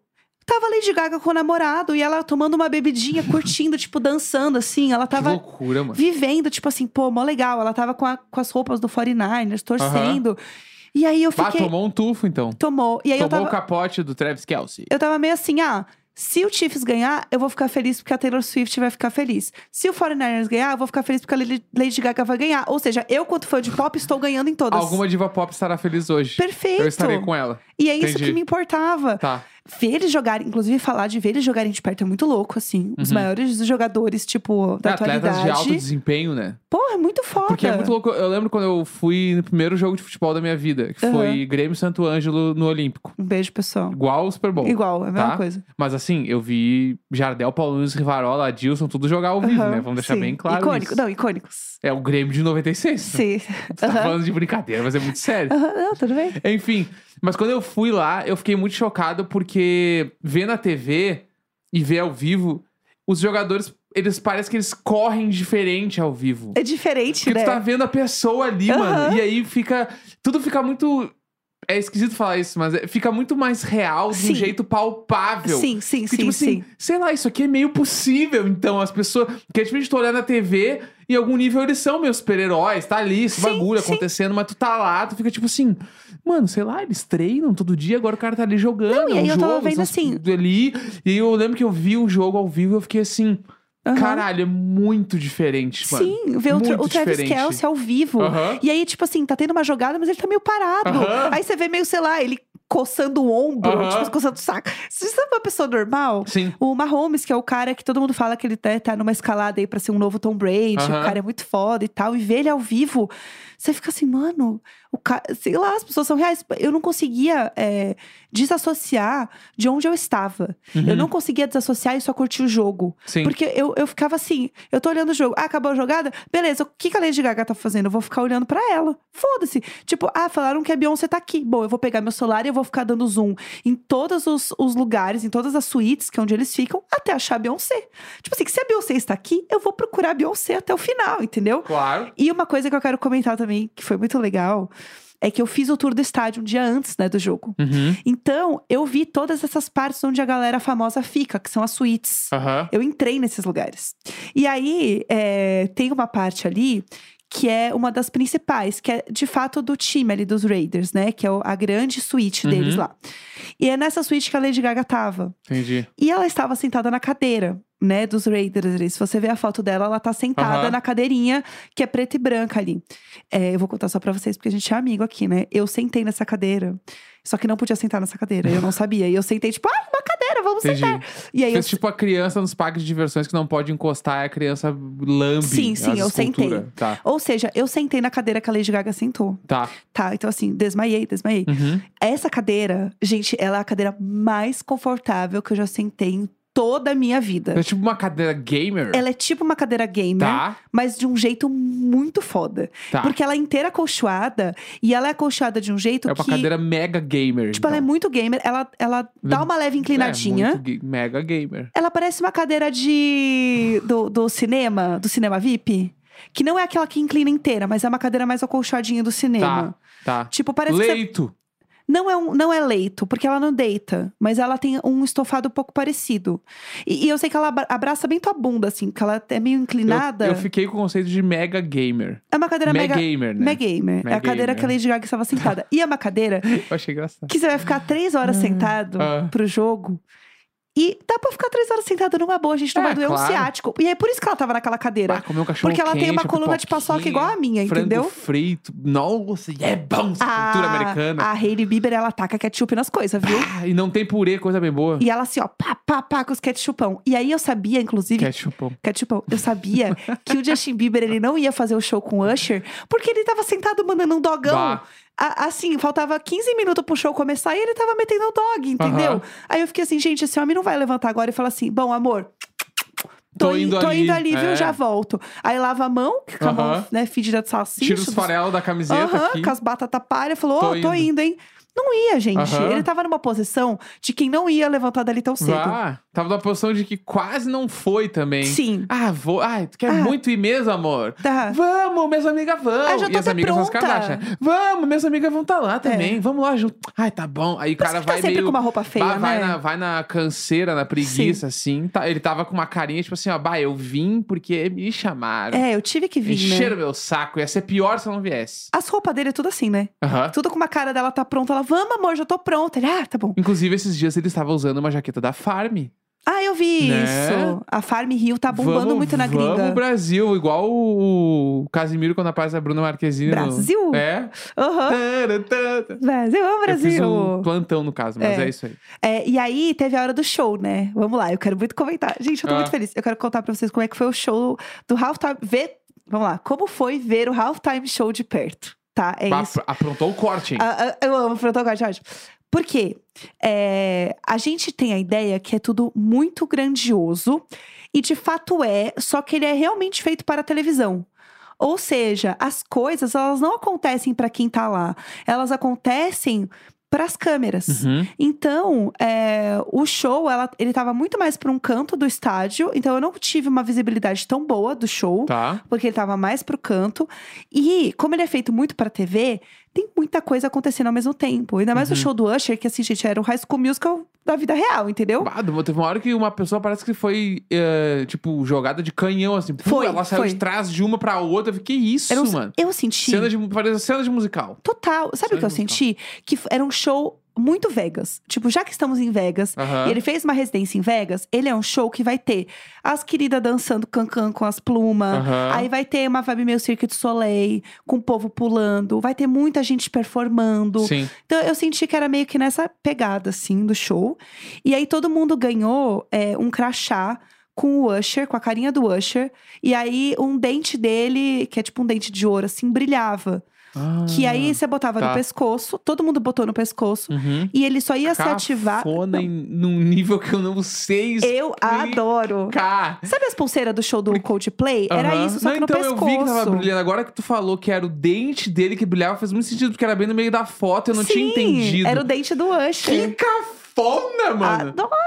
[SPEAKER 1] tava a Lady Gaga com o namorado e ela tomando uma bebidinha, curtindo, tipo, dançando assim. Ela
[SPEAKER 2] Que
[SPEAKER 1] tava
[SPEAKER 2] loucura, mano.
[SPEAKER 1] vivendo, tipo assim, pô, mó legal. Ela tava com, a- com as roupas do 49ers, torcendo. E aí eu
[SPEAKER 2] Bah,
[SPEAKER 1] fiquei.
[SPEAKER 2] tomou um tufo, então.
[SPEAKER 1] tomou. E aí
[SPEAKER 2] tomou
[SPEAKER 1] eu tava.
[SPEAKER 2] o capote do Travis Kelsey.
[SPEAKER 1] Eu tava meio assim, ah, se o Chiefs ganhar, eu vou ficar feliz porque a Taylor Swift vai ficar feliz. Se o 49ers ganhar, eu vou ficar feliz porque a Lady- Lady Gaga vai ganhar. Ou seja, eu, quanto fã de pop, estou ganhando em todas.
[SPEAKER 2] Alguma diva pop estará feliz hoje.
[SPEAKER 1] Perfeito.
[SPEAKER 2] Eu estarei com ela.
[SPEAKER 1] E é isso
[SPEAKER 2] Entendi.
[SPEAKER 1] que me importava.
[SPEAKER 2] Tá.
[SPEAKER 1] Ver eles jogarem, inclusive falar de ver eles jogarem de perto é muito louco, assim. Os
[SPEAKER 2] Uhum. É,
[SPEAKER 1] maiores jogadores, tipo, da
[SPEAKER 2] Atletas
[SPEAKER 1] atualidade.
[SPEAKER 2] de alto desempenho, né?
[SPEAKER 1] Porra, é muito foda.
[SPEAKER 2] Porque é muito louco. Eu lembro quando eu fui no primeiro jogo de futebol da minha vida, que
[SPEAKER 1] Aham.
[SPEAKER 2] foi Grêmio Santo Ângelo no Olímpico.
[SPEAKER 1] Um beijo, pessoal.
[SPEAKER 2] Igual o Super Bowl.
[SPEAKER 1] Igual, é a mesma
[SPEAKER 2] tá?
[SPEAKER 1] coisa.
[SPEAKER 2] Mas assim, eu vi Jardel, Paulo Nunes, Rivarola, Adilson, tudo jogar ao vivo,
[SPEAKER 1] Aham,
[SPEAKER 2] né? Vamos deixar
[SPEAKER 1] sim.
[SPEAKER 2] bem claro
[SPEAKER 1] Icônico.
[SPEAKER 2] isso.
[SPEAKER 1] Não, icônicos.
[SPEAKER 2] É o Grêmio de 96. né?
[SPEAKER 1] Sim.
[SPEAKER 2] Você tá
[SPEAKER 1] Aham.
[SPEAKER 2] falando de brincadeira, mas é muito sério.
[SPEAKER 1] Aham, não, tudo bem.
[SPEAKER 2] Enfim, mas quando eu fui lá, eu fiquei muito chocado porque ver na TV e ver ao vivo, os jogadores, eles parecem que eles correm diferente ao vivo.
[SPEAKER 1] É diferente,
[SPEAKER 2] Porque
[SPEAKER 1] né?
[SPEAKER 2] tu tá vendo a pessoa ali,
[SPEAKER 1] Aham.
[SPEAKER 2] mano. E aí fica. Tudo fica muito. É esquisito falar isso, mas é- fica muito mais real de um
[SPEAKER 1] Sim.
[SPEAKER 2] jeito palpável.
[SPEAKER 1] Sim, sim,
[SPEAKER 2] Porque,
[SPEAKER 1] sim,
[SPEAKER 2] tipo
[SPEAKER 1] sim.
[SPEAKER 2] assim, sei lá, isso aqui é meio possível, então, as pessoas. Porque a gente tu olhar na TV, em algum nível eles são meus super-heróis, tá ali, esse
[SPEAKER 1] Sim,
[SPEAKER 2] bagulho
[SPEAKER 1] sim.
[SPEAKER 2] acontecendo, mas tu tá lá, tu fica tipo assim, mano, sei lá, eles treinam todo dia, agora o cara tá ali jogando.
[SPEAKER 1] Não, e
[SPEAKER 2] é um
[SPEAKER 1] aí eu tava
[SPEAKER 2] jogo, eles
[SPEAKER 1] vendo
[SPEAKER 2] estão
[SPEAKER 1] assim-
[SPEAKER 2] Ali, e aí eu lembro que eu vi o jogo ao vivo e eu fiquei assim,
[SPEAKER 1] Aham.
[SPEAKER 2] caralho, é muito diferente, mano.
[SPEAKER 1] Sim, ver o, Tra-
[SPEAKER 2] muito
[SPEAKER 1] o Travis
[SPEAKER 2] diferente.
[SPEAKER 1] Kelce ao vivo.
[SPEAKER 2] Aham.
[SPEAKER 1] E aí, tipo assim, tá tendo uma jogada, mas ele tá meio parado.
[SPEAKER 2] Aham.
[SPEAKER 1] Aí você vê meio, sei lá, ele coçando o ombro,
[SPEAKER 2] Aham.
[SPEAKER 1] tipo, coçando o saco. Você sabe uma pessoa normal?
[SPEAKER 2] Sim.
[SPEAKER 1] O Mahomes, que é o cara que todo mundo fala que ele tá, tá numa escalada aí pra ser um novo Tom Brady,
[SPEAKER 2] Aham.
[SPEAKER 1] o cara é muito foda e tal, e ver ele ao vivo, você fica assim, mano, o cara, sei lá, as pessoas são reais. Eu não conseguia é, desassociar de onde eu estava. Eu não conseguia desassociar e só curtir o jogo.
[SPEAKER 2] Sim.
[SPEAKER 1] Porque eu, eu ficava assim, eu tô olhando o jogo. Ah, acabou a jogada? Beleza, o que, que a Lady Gaga tá fazendo? Eu vou ficar olhando pra ela. Foda-se. Tipo, ah, falaram que a Beyoncé tá aqui. Bom, eu vou pegar meu celular e eu vou ficar dando zoom em todos os, os lugares, em todas as suítes, que é onde eles ficam, até achar a Beyoncé. Tipo assim, que se a Beyoncé está aqui, eu vou procurar a Beyoncé até o final, entendeu?
[SPEAKER 2] Claro.
[SPEAKER 1] E uma coisa que eu quero comentar também, que foi muito legal, é que eu fiz o tour do estádio um dia antes, né, do jogo.
[SPEAKER 2] Uhum.
[SPEAKER 1] Então, eu vi todas essas partes onde a galera famosa fica, que são as suítes.
[SPEAKER 2] Aham.
[SPEAKER 1] Eu entrei nesses lugares. E aí, é, tem uma parte ali que é uma das principais, que é de fato do time ali dos Raiders, né? Que é o- a grande suíte
[SPEAKER 2] Uhum.
[SPEAKER 1] deles lá. E é nessa suíte que a Lady Gaga tava.
[SPEAKER 2] Entendi.
[SPEAKER 1] E ela estava sentada na cadeira, né? Dos Raiders. ali. Se você ver a foto dela, ela tá sentada
[SPEAKER 2] Aham.
[SPEAKER 1] na cadeirinha, que é preta e branca ali. É, eu vou contar só pra vocês, porque a gente é amigo aqui, né? Eu sentei nessa cadeira. Só que não podia sentar nessa cadeira, eu não sabia. E eu sentei, tipo, ah, uma cadeira, vamos
[SPEAKER 2] Entendi.
[SPEAKER 1] sentar. E aí eu
[SPEAKER 2] Fez tipo a criança nos parques de diversões que não pode encostar e a criança lambe.
[SPEAKER 1] Sim, sim,
[SPEAKER 2] as
[SPEAKER 1] eu
[SPEAKER 2] escultura.
[SPEAKER 1] sentei.
[SPEAKER 2] Tá,
[SPEAKER 1] Ou seja, eu sentei na cadeira que a Lady Gaga sentou.
[SPEAKER 2] tá.
[SPEAKER 1] Tá, então assim, desmaiei, desmaiei.
[SPEAKER 2] Uhum.
[SPEAKER 1] Essa cadeira, gente, ela é a cadeira mais confortável que eu já sentei em toda a minha vida.
[SPEAKER 2] É tipo uma cadeira gamer.
[SPEAKER 1] Ela é tipo uma cadeira gamer,
[SPEAKER 2] Tá,
[SPEAKER 1] mas de um jeito muito foda.
[SPEAKER 2] tá.
[SPEAKER 1] Porque ela é inteira acolchoada e ela é acolchoada de um jeito
[SPEAKER 2] é uma
[SPEAKER 1] que.
[SPEAKER 2] cadeira mega gamer. então.
[SPEAKER 1] Tipo, ela é muito gamer, ela, ela dá uma leve inclinadinha.
[SPEAKER 2] É, muito ga- mega gamer.
[SPEAKER 1] Ela parece uma cadeira de. Do, do cinema, do cinema VIP. Que não é aquela que inclina inteira, mas é uma cadeira mais acolchadinha do cinema.
[SPEAKER 2] Tá.
[SPEAKER 1] Tipo, parece que você...
[SPEAKER 2] Leito.
[SPEAKER 1] não, é um, não é leito, porque ela não deita, mas ela tem um estofado um pouco parecido. E, e eu sei que ela abra- abraça bem tua bunda, assim, que ela é meio
[SPEAKER 2] Eu-
[SPEAKER 1] inclinada.
[SPEAKER 2] Eu, fiquei com o conceito de mega gamer.
[SPEAKER 1] É uma cadeira
[SPEAKER 2] mega
[SPEAKER 1] mega.
[SPEAKER 2] gamer, né?
[SPEAKER 1] mega gamer. é a
[SPEAKER 2] Mega
[SPEAKER 1] cadeira
[SPEAKER 2] gamer.
[SPEAKER 1] que a Lady Gaga estava sentada. e é uma cadeira
[SPEAKER 2] Eu achei engraçado.
[SPEAKER 1] que você vai ficar três horas sentado
[SPEAKER 2] Ah.
[SPEAKER 1] pro jogo. E dá pra ficar três horas sentado numa boa, a gente não
[SPEAKER 2] É,
[SPEAKER 1] vai doer um
[SPEAKER 2] claro.
[SPEAKER 1] ciático. E é por isso que ela tava naquela cadeira.
[SPEAKER 2] Ah, comer um cachorro
[SPEAKER 1] porque ela tem uma
[SPEAKER 2] quente,
[SPEAKER 1] coluna de paçoca
[SPEAKER 2] pipoquinha,
[SPEAKER 1] igual a minha,
[SPEAKER 2] frango
[SPEAKER 1] entendeu? Ah,
[SPEAKER 2] frito. Nossa, e é bom essa
[SPEAKER 1] a,
[SPEAKER 2] cultura americana.
[SPEAKER 1] a Hailey Bieber, ela taca ketchup nas coisas, viu?
[SPEAKER 2] Ah, e não tem purê, coisa bem boa.
[SPEAKER 1] E ela assim, ó, pá, pá, pá, com os ketchupão. E aí eu sabia, inclusive.
[SPEAKER 2] Ketchupão.
[SPEAKER 1] Ketchupão. tipo, Eu sabia que o Justin Bieber ele não ia fazer o show com o Usher, porque ele tava sentado mandando um dogão.
[SPEAKER 2] Bah.
[SPEAKER 1] A- assim, faltava 15 minutos pro show começar e ele tava metendo um dog, entendeu?
[SPEAKER 2] Aham.
[SPEAKER 1] Aí eu fiquei assim, gente, esse homem não vai levantar agora e falar assim: bom, amor. Tô,
[SPEAKER 2] Tô
[SPEAKER 1] in-
[SPEAKER 2] indo
[SPEAKER 1] tô
[SPEAKER 2] ali,
[SPEAKER 1] indo ali, viu?
[SPEAKER 2] é.
[SPEAKER 1] Já volto. Aí lava a mão, com a mão,
[SPEAKER 2] Aham.
[SPEAKER 1] né, fedida de salsicha.
[SPEAKER 2] Tira os
[SPEAKER 1] dos-
[SPEAKER 2] farelos da camiseta
[SPEAKER 1] Aham,
[SPEAKER 2] aqui.
[SPEAKER 1] com as batatas palha, falou,
[SPEAKER 2] Tô
[SPEAKER 1] ó, tô indo, hein? Não ia, gente.
[SPEAKER 2] Aham.
[SPEAKER 1] Ele tava numa posição de quem não ia levantar dali tão cedo.
[SPEAKER 2] Vá. Tava numa posição de que quase não foi também.
[SPEAKER 1] Sim.
[SPEAKER 2] Ah, vou. Ai, tu quer
[SPEAKER 1] Ah.
[SPEAKER 2] muito ir mesmo, amor?
[SPEAKER 1] Tá.
[SPEAKER 2] Vamos, minhas amigas vão.
[SPEAKER 1] Ah, já tô
[SPEAKER 2] e as
[SPEAKER 1] até
[SPEAKER 2] amigas são as
[SPEAKER 1] pronta.
[SPEAKER 2] Kardashian. Vamos, minhas amigas vão estar lá também. Vamos lá junto. Ai, tá bom. Aí o
[SPEAKER 1] Por isso
[SPEAKER 2] cara
[SPEAKER 1] que tá
[SPEAKER 2] vai
[SPEAKER 1] sempre
[SPEAKER 2] meio...
[SPEAKER 1] com uma roupa feia,
[SPEAKER 2] Bah, vai,
[SPEAKER 1] né?
[SPEAKER 2] na, vai na canseira, na preguiça, assim. Tá- ele tava com uma carinha, tipo assim, ó. Bah, eu vim porque me chamaram.
[SPEAKER 1] É, eu tive que vir, né?
[SPEAKER 2] Encheram meu saco. Ia ser pior se eu não viesse.
[SPEAKER 1] As roupas dele é tudo assim, né?
[SPEAKER 2] Aham.
[SPEAKER 1] Tudo com uma cara dela tá pronta. Ela, vamos, amor, já tô pronta. Ele, ah, tá bom.
[SPEAKER 2] Inclusive, esses dias ele estava usando uma jaqueta da Farm.
[SPEAKER 1] Ah, eu vi
[SPEAKER 2] Né?
[SPEAKER 1] isso. A Farm Rio tá bombando
[SPEAKER 2] Vamos-
[SPEAKER 1] muito na
[SPEAKER 2] Vamos,
[SPEAKER 1] gringa.
[SPEAKER 2] Brasil. Igual o o Casimiro quando aparece a Bruna Marquezine. no-
[SPEAKER 1] Brasil?
[SPEAKER 2] É.
[SPEAKER 1] Aham.
[SPEAKER 2] Tara, tara.
[SPEAKER 1] Brasil, ô,
[SPEAKER 2] Eu fiz
[SPEAKER 1] Brasil.
[SPEAKER 2] um plantão, no caso, mas
[SPEAKER 1] É.
[SPEAKER 2] é, isso aí.
[SPEAKER 1] É, e aí, teve a hora do show, né? Vamos lá, eu quero muito comentar. Gente, eu tô
[SPEAKER 2] Ah.
[SPEAKER 1] muito feliz. Eu quero contar pra vocês como é que foi o show do Halftime. Ver... Vamos lá, como foi ver o Halftime Show de perto, tá? É
[SPEAKER 2] Bah,
[SPEAKER 1] isso.
[SPEAKER 2] Aprontou o corte, hein?
[SPEAKER 1] Ah, ah, eu amo Frontal Guard, ótimo. Por quê? É, a gente tem a ideia que é tudo muito grandioso. E de fato é, só que ele é realmente feito para a televisão. Ou seja, as coisas, elas não acontecem para quem tá lá. Elas acontecem para as câmeras.
[SPEAKER 2] Uhum.
[SPEAKER 1] Então, é, o show, ela- ele estava muito mais para um canto do estádio. Então, eu não tive uma visibilidade tão boa do show
[SPEAKER 2] Tá.
[SPEAKER 1] porque ele tava mais pro canto. E como ele é feito muito pra TV, tem muita coisa acontecendo ao mesmo tempo. Ainda mais o
[SPEAKER 2] Uhum.
[SPEAKER 1] show do Usher, que assim, gente, era o High School Musical da vida real, entendeu?
[SPEAKER 2] Bah, teve uma hora que uma pessoa parece que foi, eh, tipo, jogada de canhão, assim. Pum,
[SPEAKER 1] Foi,
[SPEAKER 2] ela saiu
[SPEAKER 1] foi.
[SPEAKER 2] de trás de uma pra outra. Eu fiquei, Que isso,
[SPEAKER 1] Era um-
[SPEAKER 2] mano?
[SPEAKER 1] Eu senti
[SPEAKER 2] Cena de, parece cena de musical.
[SPEAKER 1] total. Sabe o que eu
[SPEAKER 2] Cena musical.
[SPEAKER 1] senti? Que f- era um show muito Vegas. Tipo, já que estamos em Vegas,
[SPEAKER 2] Aham.
[SPEAKER 1] e ele fez uma residência em Vegas, ele é um show que vai ter as queridas dançando cancan com as plumas.
[SPEAKER 2] Aham.
[SPEAKER 1] Aí vai ter uma vibe meio Cirque du Soleil, com o povo pulando. Vai ter muita gente performando.
[SPEAKER 2] Sim.
[SPEAKER 1] Então eu senti que era meio que nessa pegada, assim, do show. E aí todo mundo ganhou é, um crachá com o Usher, com a carinha do Usher. E aí um dente dele, que é tipo um dente de ouro, assim, brilhava. que
[SPEAKER 2] Ah,
[SPEAKER 1] aí você botava
[SPEAKER 2] tá.
[SPEAKER 1] no pescoço, todo mundo botou no pescoço.
[SPEAKER 2] Uhum.
[SPEAKER 1] E ele só ia
[SPEAKER 2] Cafona
[SPEAKER 1] se ativar.
[SPEAKER 2] em, num nível que eu não sei
[SPEAKER 1] Eu adoro.
[SPEAKER 2] explicar.
[SPEAKER 1] Sabe as pulseiras do show do Coldplay? Era
[SPEAKER 2] Aham.
[SPEAKER 1] isso, só
[SPEAKER 2] não,
[SPEAKER 1] que no
[SPEAKER 2] então
[SPEAKER 1] pescoço.
[SPEAKER 2] eu vi que tava brilhando. Agora que tu falou que era o dente dele que brilhava, fez muito sentido, porque era bem no meio da foto, eu não
[SPEAKER 1] Sim,
[SPEAKER 2] tinha entendido.
[SPEAKER 1] Era o dente do
[SPEAKER 2] Que
[SPEAKER 1] Usher.
[SPEAKER 2] cafona, mano!
[SPEAKER 1] Adoro.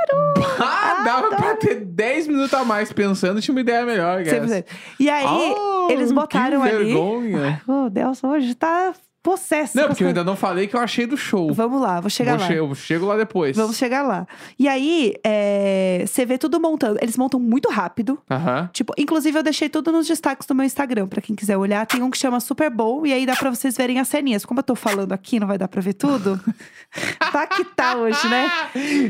[SPEAKER 2] Ah, dava pra ter 10 minutos a mais pensando, tinha uma ideia melhor, guys.
[SPEAKER 1] 100%. E aí,
[SPEAKER 2] Oh,
[SPEAKER 1] eles botaram
[SPEAKER 2] que
[SPEAKER 1] ali.
[SPEAKER 2] vergonha.
[SPEAKER 1] Ai, Ô, Delson hoje tá possesso.
[SPEAKER 2] Não,
[SPEAKER 1] com as
[SPEAKER 2] porque eu
[SPEAKER 1] coisas.
[SPEAKER 2] ainda não falei que eu achei do show.
[SPEAKER 1] Vamos lá, vou chegar
[SPEAKER 2] Vou
[SPEAKER 1] lá.
[SPEAKER 2] um che- eu chego lá depois.
[SPEAKER 1] Vamos chegar lá. E aí, é, você vê tudo montando. Eles montam muito rápido.
[SPEAKER 2] Aham.
[SPEAKER 1] Tipo, inclusive eu deixei tudo nos destaques do meu Instagram, pra quem quiser olhar. Tem um que chama Super Bowl, e aí dá pra vocês verem as ceninhas. Como eu tô falando aqui, não vai dar pra ver tudo. tá que tá hoje, né?
[SPEAKER 2] Ah!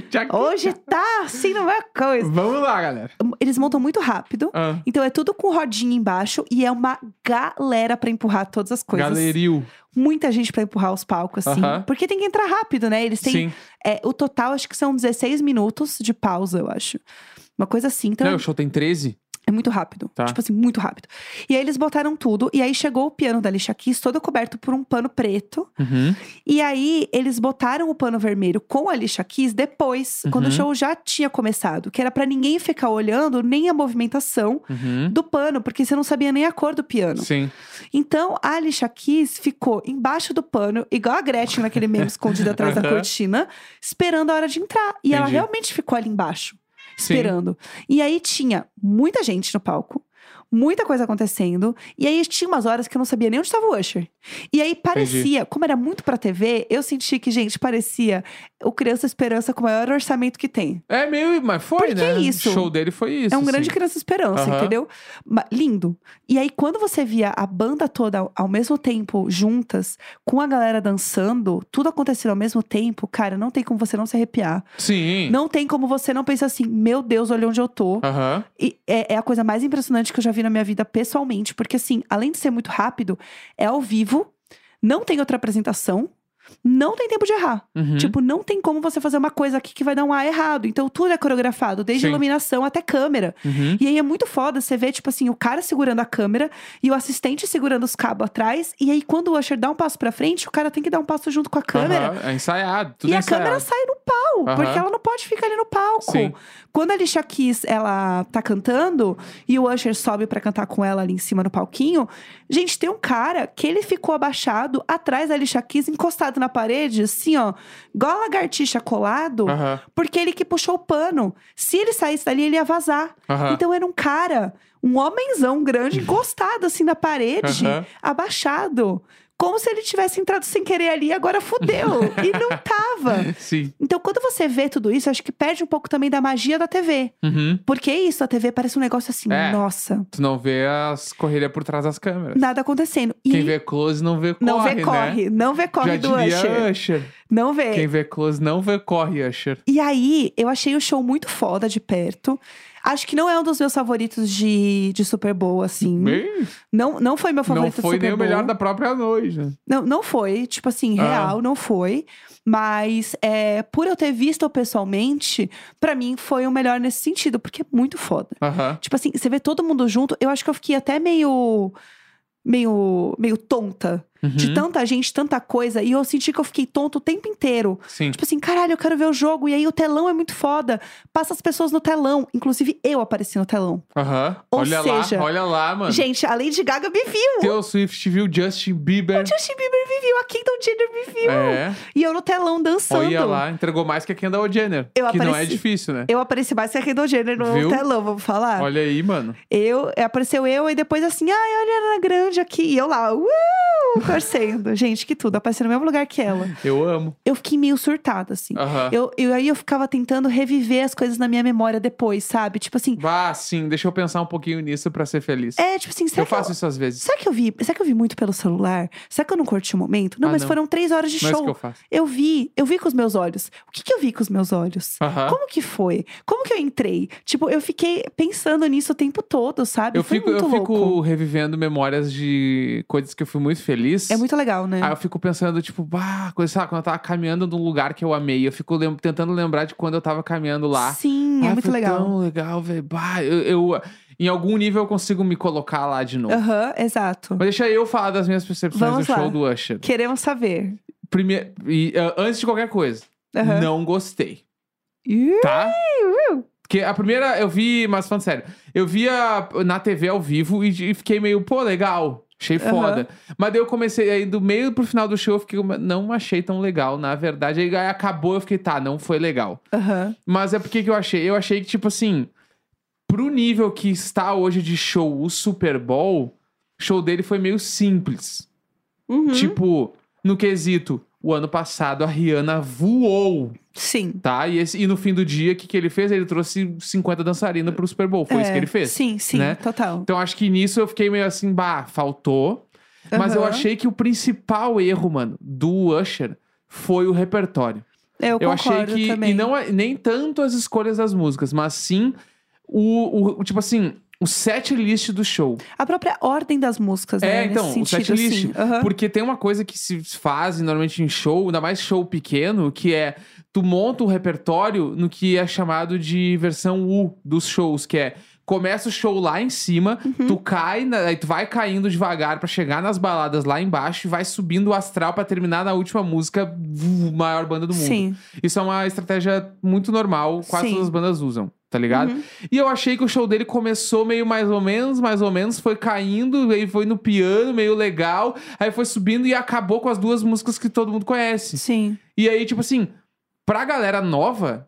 [SPEAKER 2] Já que-
[SPEAKER 1] Hoje tá assim, não é coisa.
[SPEAKER 2] Vamos lá, galera.
[SPEAKER 1] Eles montam muito rápido.
[SPEAKER 2] Ah,
[SPEAKER 1] Então é tudo com rodinha embaixo e é uma galera pra empurrar todas as coisas.
[SPEAKER 2] galeril.
[SPEAKER 1] Muita gente pra empurrar os palcos, assim.
[SPEAKER 2] Aham.
[SPEAKER 1] Porque tem que entrar rápido, né? Eles têm.
[SPEAKER 2] Sim.
[SPEAKER 1] é, o total, acho que são 16 minutos de pausa, eu acho. Uma coisa assim. Então,
[SPEAKER 2] Não, o show tem 13.
[SPEAKER 1] é muito rápido.
[SPEAKER 2] Tá.
[SPEAKER 1] Tipo assim, muito rápido. E aí eles botaram tudo. E aí chegou o piano da Lixa Keys, todo coberto por um pano preto.
[SPEAKER 2] Uhum.
[SPEAKER 1] E aí eles botaram o pano vermelho com a Lixa Keys depois, quando
[SPEAKER 2] Uhum.
[SPEAKER 1] o show já tinha começado. Que era pra ninguém ficar olhando nem a movimentação
[SPEAKER 2] Uhum.
[SPEAKER 1] do pano, porque você não sabia nem a cor do piano.
[SPEAKER 2] Sim.
[SPEAKER 1] Então a Alicia Keys ficou embaixo do pano, igual a Gretchen naquele meme escondida atrás da
[SPEAKER 2] Aham.
[SPEAKER 1] cortina, esperando a hora de entrar. E ela
[SPEAKER 2] Entendi.
[SPEAKER 1] realmente ficou ali embaixo,
[SPEAKER 2] Sim.
[SPEAKER 1] esperando. E aí tinha muita gente no palco. Muita coisa acontecendo. E aí tinha umas horas que eu não sabia nem onde estava o Usher. E aí parecia, como era muito pra TV, eu senti que, gente, parecia o Criança Esperança com o maior orçamento que tem.
[SPEAKER 2] É meio. Mas foi,
[SPEAKER 1] Porque
[SPEAKER 2] né?
[SPEAKER 1] é isso.
[SPEAKER 2] O show dele foi isso.
[SPEAKER 1] É um
[SPEAKER 2] sim.
[SPEAKER 1] grande Criança Esperança,
[SPEAKER 2] Aham.
[SPEAKER 1] entendeu? Ma- lindo. E aí, quando você via a banda toda ao, ao mesmo tempo, juntas, com a galera dançando, tudo acontecendo ao mesmo tempo, cara, não tem como você não se arrepiar.
[SPEAKER 2] Sim. Ah.
[SPEAKER 1] Não tem como você não pensar assim, meu Deus, olha onde eu tô.
[SPEAKER 2] Aham.
[SPEAKER 1] E é, é a coisa mais impressionante que eu já vi na minha vida pessoalmente, porque assim, além de ser muito rápido, é ao vivo, não tem outra apresentação, não tem tempo de errar.
[SPEAKER 2] Uhum.
[SPEAKER 1] Tipo, não tem como você fazer uma coisa aqui que vai dar um ar errado. Então, tudo é coreografado, desde
[SPEAKER 2] Sim.
[SPEAKER 1] iluminação até câmera.
[SPEAKER 2] Uhum.
[SPEAKER 1] E aí é muito foda você ver, tipo assim, o cara segurando a câmera e o assistente segurando os cabos atrás. E aí, quando o Usher dá um passo pra frente, o cara tem que dar um passo junto com a câmera.
[SPEAKER 2] Aham, É ensaiado. Tudo
[SPEAKER 1] E a
[SPEAKER 2] ensaiado.
[SPEAKER 1] câmera sai no pau,
[SPEAKER 2] Aham.
[SPEAKER 1] porque ela não pode ficar ali no palco.
[SPEAKER 2] Sim.
[SPEAKER 1] Quando a Alicia Keys, ela tá cantando, e o Usher sobe pra cantar com ela ali em cima no palquinho, gente, tem um cara que ele ficou abaixado atrás da Alicia Keys, encostado na parede, assim, ó, igual a lagartixa colado,
[SPEAKER 2] Aham.
[SPEAKER 1] porque ele que puxou o pano. Se ele saísse dali, ele ia vazar.
[SPEAKER 2] Aham. Uhum.
[SPEAKER 1] Então era um cara, um homenzão grande, encostado assim na parede,
[SPEAKER 2] Aham.
[SPEAKER 1] abaixado. Como se ele tivesse entrado sem querer ali, agora fudeu. e não tava.
[SPEAKER 2] Sim.
[SPEAKER 1] Então, quando você vê tudo isso, acho que perde um pouco também da magia da TV.
[SPEAKER 2] Uhum.
[SPEAKER 1] Porque é isso, a TV parece um negócio assim,
[SPEAKER 2] É.
[SPEAKER 1] nossa,
[SPEAKER 2] Tu não vê as correrias por trás das câmeras.
[SPEAKER 1] nada acontecendo. E
[SPEAKER 2] Quem vê close não vê corre.
[SPEAKER 1] não vê
[SPEAKER 2] né?
[SPEAKER 1] corre, não vê corre
[SPEAKER 2] Já
[SPEAKER 1] do
[SPEAKER 2] diria
[SPEAKER 1] Usher. É. Não vê.
[SPEAKER 2] Quem vê close não vê corre, Usher.
[SPEAKER 1] E aí, eu achei o show muito foda de perto. Acho que não é um dos meus favoritos de, de Super Bowl, assim.
[SPEAKER 2] Bem,
[SPEAKER 1] Não, não foi meu
[SPEAKER 2] não
[SPEAKER 1] favorito do
[SPEAKER 2] foi
[SPEAKER 1] Super
[SPEAKER 2] nem o
[SPEAKER 1] Bowl.
[SPEAKER 2] melhor da própria noite. né?
[SPEAKER 1] Não, não foi, tipo assim,
[SPEAKER 2] Ah.
[SPEAKER 1] real, não foi. Mas é, por eu ter visto pessoalmente, pra mim foi o melhor nesse sentido, porque é muito foda.
[SPEAKER 2] Aham.
[SPEAKER 1] Tipo assim, você vê todo mundo junto, eu acho que eu fiquei até meio. meio. meio tonta. De
[SPEAKER 2] Uhum.
[SPEAKER 1] tanta gente, tanta coisa. E eu senti que eu fiquei tonto o tempo inteiro.
[SPEAKER 2] Uhum. Sim.
[SPEAKER 1] Tipo assim, caralho, eu quero ver o jogo. E aí o telão é muito foda. Passa as pessoas no telão. Inclusive, eu apareci no telão.
[SPEAKER 2] Aham.
[SPEAKER 1] ou
[SPEAKER 2] Olha
[SPEAKER 1] seja,
[SPEAKER 2] lá, olha lá, mano.
[SPEAKER 1] Gente, a Lady Gaga me viu.
[SPEAKER 2] Taylor Swift viu Justin Bieber.
[SPEAKER 1] Justin Bieber me viu, a Kendall Jenner me viu.
[SPEAKER 2] É.
[SPEAKER 1] E eu no telão dançando.
[SPEAKER 2] Olha lá, entregou mais que a Kendall Jenner.
[SPEAKER 1] Eu
[SPEAKER 2] que não é
[SPEAKER 1] apareci.
[SPEAKER 2] difícil, né?
[SPEAKER 1] Eu apareci mais que a Kendall Jenner no
[SPEAKER 2] Viu?
[SPEAKER 1] telão, vamos falar.
[SPEAKER 2] Olha aí, mano.
[SPEAKER 1] Eu, apareceu eu e depois assim, ai, olha a Ariana Grande aqui. E eu lá, uh, com torcendo. Gente, que tudo. Apareceu no mesmo lugar que ela.
[SPEAKER 2] Eu amo.
[SPEAKER 1] Eu fiquei meio surtada, assim.
[SPEAKER 2] Aham.
[SPEAKER 1] Eu, eu, aí eu ficava tentando reviver as coisas na minha memória depois, sabe? Tipo assim,
[SPEAKER 2] Vá, sim, deixa eu pensar um pouquinho nisso pra ser feliz.
[SPEAKER 1] é, tipo assim, será
[SPEAKER 2] eu
[SPEAKER 1] que eu-
[SPEAKER 2] faço isso às vezes.
[SPEAKER 1] Será que eu vi? Será que eu vi muito pelo celular? Será que eu não curti o momento? Não,
[SPEAKER 2] Ah,
[SPEAKER 1] mas
[SPEAKER 2] não.
[SPEAKER 1] foram três horas de
[SPEAKER 2] Não é isso
[SPEAKER 1] show.
[SPEAKER 2] que eu faço.
[SPEAKER 1] Eu vi, eu vi com os meus olhos. O que, que eu vi com os meus olhos?
[SPEAKER 2] Aham.
[SPEAKER 1] Como é que foi? Como que eu entrei? Tipo, eu fiquei pensando nisso o tempo todo, sabe?
[SPEAKER 2] Eu
[SPEAKER 1] Foi
[SPEAKER 2] fico, eu
[SPEAKER 1] muito
[SPEAKER 2] fico
[SPEAKER 1] louco.
[SPEAKER 2] revivendo memórias de coisas que eu fui muito feliz.
[SPEAKER 1] É muito legal, né?
[SPEAKER 2] Aí eu fico pensando, tipo, bah, coisa, sabe, quando eu tava caminhando num lugar que eu amei. Eu fico lem- tentando lembrar de quando eu tava caminhando lá.
[SPEAKER 1] Sim,
[SPEAKER 2] Ah,
[SPEAKER 1] é muito
[SPEAKER 2] foi
[SPEAKER 1] legal.
[SPEAKER 2] tão legal, velho. Bah, eu, eu- em algum nível eu consigo me colocar lá de novo.
[SPEAKER 1] Aham, exato.
[SPEAKER 2] Mas deixa eu falar das minhas percepções
[SPEAKER 1] Vamos
[SPEAKER 2] do
[SPEAKER 1] lá.
[SPEAKER 2] show do Usher.
[SPEAKER 1] Queremos saber.
[SPEAKER 2] Primeiro, e, ah, antes de qualquer coisa,
[SPEAKER 1] Aham.
[SPEAKER 2] não gostei,
[SPEAKER 1] Ih,
[SPEAKER 2] tá?
[SPEAKER 1] uiu.
[SPEAKER 2] Porque a primeira eu vi, mas falando sério, eu via na TV ao vivo e, de- e fiquei meio, pô, legal. Achei
[SPEAKER 1] Aham.
[SPEAKER 2] foda. Mas daí eu comecei, aí do meio pro final do show, eu fiquei, "Mas não achei tão legal, na verdade. Aí aí acabou, eu fiquei, tá, não foi legal.
[SPEAKER 1] Aham.
[SPEAKER 2] Mas é porque que eu achei? Eu achei que, tipo assim, pro nível que está hoje de show o Super Bowl, o show dele foi meio simples.
[SPEAKER 1] Uhum.
[SPEAKER 2] Tipo, no quesito, o ano passado a Rihanna voou,
[SPEAKER 1] Sim.
[SPEAKER 2] tá? E, esse- e no fim do dia, o que, que ele fez? Ele trouxe 50 dançarinas pro Super Bowl. Foi isso que
[SPEAKER 1] É,
[SPEAKER 2] ele fez.
[SPEAKER 1] Sim, sim,
[SPEAKER 2] né?
[SPEAKER 1] total.
[SPEAKER 2] Então acho que nisso eu fiquei meio assim, bah, faltou. Mas eu
[SPEAKER 1] Aham.
[SPEAKER 2] achei que o principal erro, mano, do Usher foi o repertório.
[SPEAKER 1] Eu,
[SPEAKER 2] Eu
[SPEAKER 1] concordo
[SPEAKER 2] achei que.
[SPEAKER 1] também.
[SPEAKER 2] E não, é- nem tanto as escolhas das músicas, mas sim o, o- o- tipo assim, o set list do show.
[SPEAKER 1] A própria ordem das músicas, né?
[SPEAKER 2] é,
[SPEAKER 1] nesse
[SPEAKER 2] então, o
[SPEAKER 1] sentido,
[SPEAKER 2] set list.
[SPEAKER 1] assim. Aham.
[SPEAKER 2] Porque tem uma coisa que se faz normalmente em show, ainda mais show pequeno, que é tu monta um repertório no que é chamado de versão U dos shows, que é. Começa o show lá em cima,
[SPEAKER 1] Uhum.
[SPEAKER 2] tu cai, na- aí tu vai caindo devagar pra chegar nas baladas lá embaixo e vai subindo o astral pra terminar na última música, vu, maior banda do mundo.
[SPEAKER 1] Sim.
[SPEAKER 2] Isso é uma estratégia muito normal, quase
[SPEAKER 1] Sim.
[SPEAKER 2] todas as bandas usam, tá ligado?
[SPEAKER 1] Uhum,
[SPEAKER 2] E eu achei que o show dele começou meio mais ou menos, mais ou menos, foi caindo, aí foi no piano, meio legal, aí foi subindo e acabou com as duas músicas que todo mundo conhece.
[SPEAKER 1] Sim.
[SPEAKER 2] E aí, tipo assim, pra galera nova,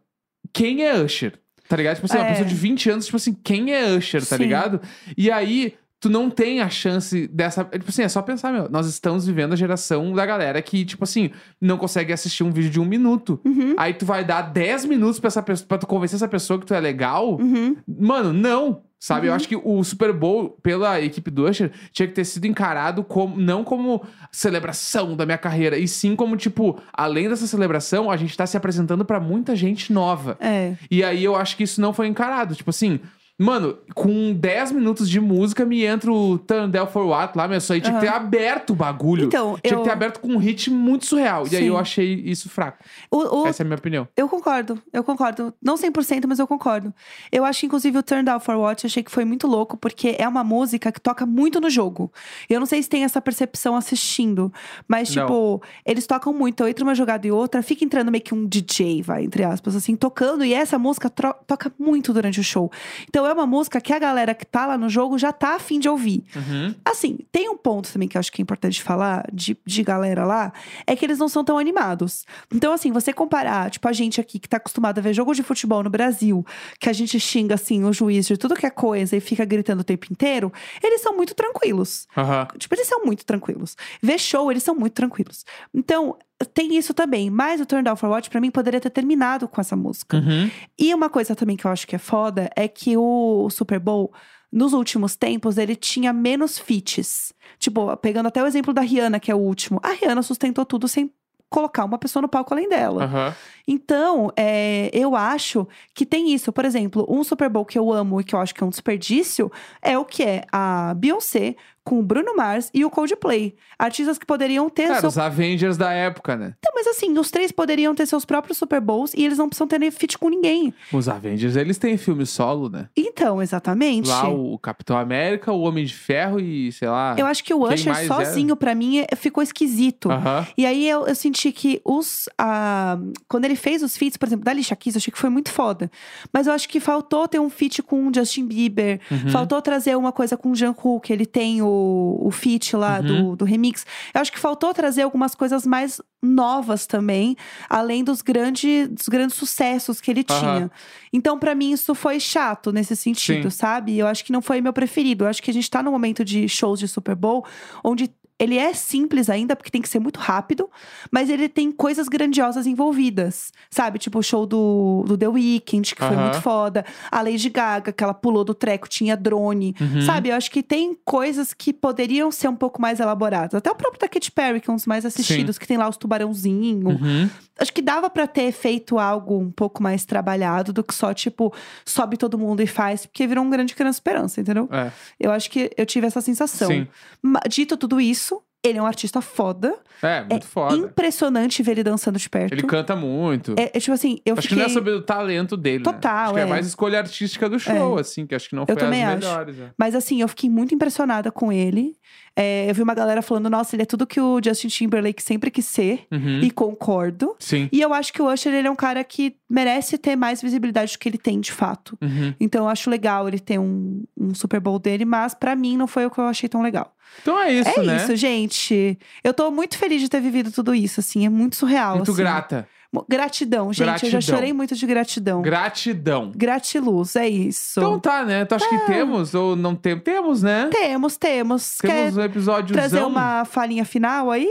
[SPEAKER 2] quem é Usher? Tá ligado? Tipo assim, uma
[SPEAKER 1] É.
[SPEAKER 2] pessoa de 20 anos, tipo assim, quem é Usher, tá
[SPEAKER 1] Sim.
[SPEAKER 2] ligado? E aí, tu não tem a chance dessa. Tipo assim, é só pensar, meu, nós estamos vivendo a geração da galera que, tipo assim, não consegue assistir um vídeo de um minuto.
[SPEAKER 1] Uhum.
[SPEAKER 2] Aí tu vai dar 10 minutos pra, essa pessoa, pra tu convencer essa pessoa que tu é legal.
[SPEAKER 1] Uhum.
[SPEAKER 2] Mano, não. Sabe, eu
[SPEAKER 1] Uhum.
[SPEAKER 2] acho que o Super Bowl, pela equipe do Usher, tinha que ter sido encarado como, não como celebração da minha carreira, e sim como, tipo, além dessa celebração, a gente tá se apresentando pra muita gente nova.
[SPEAKER 1] É.
[SPEAKER 2] E aí eu acho que isso não foi encarado. Tipo assim, mano, com 10 minutos de música me entra o Turn Down for What lá, meu, isso aí tinha que ter aberto o bagulho.
[SPEAKER 1] Então,
[SPEAKER 2] tinha
[SPEAKER 1] eu,
[SPEAKER 2] que ter aberto com um hit muito surreal. E aí
[SPEAKER 1] Sim.
[SPEAKER 2] eu achei isso fraco.
[SPEAKER 1] o- o-
[SPEAKER 2] Essa é a minha opinião.
[SPEAKER 1] eu concordo, eu concordo. Não 100%, mas eu concordo. Eu acho, inclusive, o Turn Down for Watch, achei que foi muito louco, porque é uma música que toca muito no jogo. Eu não sei se tem essa percepção assistindo, mas,
[SPEAKER 2] Não.
[SPEAKER 1] tipo, eles tocam muito. Então, entre uma jogada e outra, fica entrando meio que um DJ, vai, entre aspas, assim, tocando. E essa música tro- toca muito durante o show. Então, é uma música que a galera que tá lá no jogo já tá afim de ouvir.
[SPEAKER 2] Uhum.
[SPEAKER 1] Assim, tem um ponto também que eu acho que é importante falar de, de galera lá, é que eles não são tão animados. Então, assim, você comparar, tipo, a gente aqui que tá acostumada a ver jogo de futebol no Brasil, que a gente xinga, assim, o juiz de tudo que é coisa e fica gritando o tempo inteiro, eles são muito tranquilos.
[SPEAKER 2] Aham.
[SPEAKER 1] Tipo, eles são muito tranquilos. Ver show, eles são muito tranquilos. Então, tem isso também. Mas o Turn Down for Watch, pra mim, poderia ter terminado com essa música.
[SPEAKER 2] Uhum.
[SPEAKER 1] E uma coisa também que eu acho que é foda é que o Super Bowl, nos últimos tempos, ele tinha menos feats. Tipo, pegando até o exemplo da Rihanna, que é o último. A Rihanna sustentou tudo sem colocar uma pessoa no palco além dela.
[SPEAKER 2] Aham.
[SPEAKER 1] Então, é, eu acho que tem isso. Por exemplo, um Super Bowl que eu amo e que eu acho que é um desperdício é o que é a Beyoncé com o Bruno Mars e o Coldplay. Artistas que poderiam ter
[SPEAKER 2] Cara,
[SPEAKER 1] seu
[SPEAKER 2] os Avengers da época, né?
[SPEAKER 1] Então, mas assim, os três poderiam ter seus próprios Super Bowls e eles não precisam ter nem fit com ninguém.
[SPEAKER 2] Os Avengers, eles têm filme solo, né?
[SPEAKER 1] Então, exatamente.
[SPEAKER 2] Lá o Capitão América, o Homem de Ferro e, sei lá.
[SPEAKER 1] Eu acho que o
[SPEAKER 2] Quem
[SPEAKER 1] Usher
[SPEAKER 2] mais
[SPEAKER 1] sozinho, pra mim, é- ficou esquisito.
[SPEAKER 2] Aham.
[SPEAKER 1] E aí eu, eu senti que os. ah, quando ele fez os feats, por exemplo, da Alicia Keys, eu achei que foi muito foda. Mas eu acho que faltou ter um feat com o Justin Bieber.
[SPEAKER 2] Uhum.
[SPEAKER 1] Faltou trazer uma coisa com o Jungkook, ele tem o, o feat lá
[SPEAKER 2] Uhum.
[SPEAKER 1] do, do remix. Eu acho que faltou trazer algumas coisas mais novas também, além dos, grande, dos grandes sucessos que ele
[SPEAKER 2] Aham.
[SPEAKER 1] tinha. Então, pra mim, isso foi chato nesse sentido,
[SPEAKER 2] Sim.
[SPEAKER 1] sabe? Eu acho que não foi meu preferido. Eu acho que a gente tá num momento de shows de Super Bowl onde Ele é simples ainda, porque tem que ser muito rápido, mas ele tem coisas grandiosas envolvidas, sabe? Tipo o show do, do The Weeknd, que foi
[SPEAKER 2] Aham.
[SPEAKER 1] muito foda. A Lady Gaga, que ela pulou do treco, tinha drone.
[SPEAKER 2] Uhum.
[SPEAKER 1] Sabe, eu acho que tem coisas que poderiam ser um pouco mais elaboradas. Até o próprio da Katy Perry, que é um dos mais assistidos, que tem lá os tubarãozinhos.
[SPEAKER 2] Uhum.
[SPEAKER 1] Acho que dava pra ter feito algo um pouco mais trabalhado do que só, tipo, sobe todo mundo e faz, porque virou um grande Criança Esperança, entendeu?
[SPEAKER 2] É,
[SPEAKER 1] Eu acho que eu tive essa sensação.
[SPEAKER 2] sim.
[SPEAKER 1] Ma- Dito tudo isso, ele é um artista foda.
[SPEAKER 2] É, muito foda.
[SPEAKER 1] Impressionante ver ele dançando de perto.
[SPEAKER 2] Ele canta muito.
[SPEAKER 1] É, é tipo assim, eu
[SPEAKER 2] acho que
[SPEAKER 1] fiquei.
[SPEAKER 2] não é sobre o talento dele. né?
[SPEAKER 1] Total,
[SPEAKER 2] Acho que é,
[SPEAKER 1] é.
[SPEAKER 2] mais escolha artística do show, assim, que acho que não foi
[SPEAKER 1] também
[SPEAKER 2] as
[SPEAKER 1] acho.
[SPEAKER 2] melhores. né?
[SPEAKER 1] Mas assim, eu fiquei muito impressionada com ele. É, eu vi uma galera falando, nossa, ele é tudo que o Justin Timberlake sempre quis ser.
[SPEAKER 2] Uhum.
[SPEAKER 1] E concordo.
[SPEAKER 2] Sim.
[SPEAKER 1] E eu acho que o Usher, ele é um cara que merece ter mais visibilidade do que ele tem, de fato.
[SPEAKER 2] Uhum.
[SPEAKER 1] Então eu acho legal ele ter um, um Super Bowl dele, mas pra mim não foi o que eu achei tão legal.
[SPEAKER 2] Então é isso,
[SPEAKER 1] é
[SPEAKER 2] né?
[SPEAKER 1] isso, gente. Eu tô muito feliz de ter vivido tudo isso, assim. É muito surreal,
[SPEAKER 2] Muito
[SPEAKER 1] assim.
[SPEAKER 2] grata.
[SPEAKER 1] Mo- Gratidão, gente. Eu já
[SPEAKER 2] Gratidão.
[SPEAKER 1] chorei muito de gratidão.
[SPEAKER 2] Gratidão.
[SPEAKER 1] Gratiluz, é isso.
[SPEAKER 2] Então tá, né? Tu acha que temos ou não temos? Temos, né?
[SPEAKER 1] temos, temos. Quer
[SPEAKER 2] Temos um
[SPEAKER 1] trazer
[SPEAKER 2] episódiozão.
[SPEAKER 1] uma falinha final aí?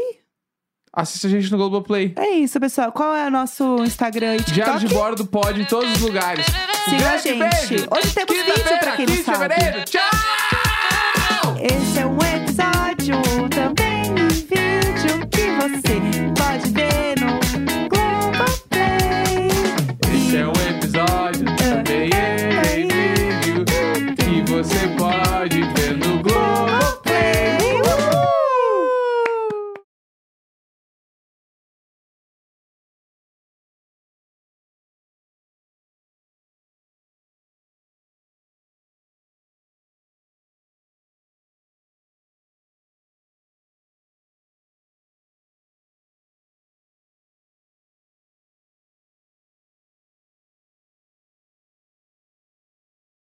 [SPEAKER 2] Assista a gente no Globoplay.
[SPEAKER 1] É isso, pessoal. Qual é o nosso Instagram e
[SPEAKER 2] Diário de
[SPEAKER 1] TikTok?
[SPEAKER 2] bordo pode em todos os lugares.
[SPEAKER 1] Siga a
[SPEAKER 2] Grande
[SPEAKER 1] gente.
[SPEAKER 2] beijo.
[SPEAKER 1] Hoje temos vídeo pra quem não
[SPEAKER 2] Quinta-feira, 15 de
[SPEAKER 1] sabe. é um
[SPEAKER 2] fevereiro. Tchau!
[SPEAKER 1] é
[SPEAKER 2] é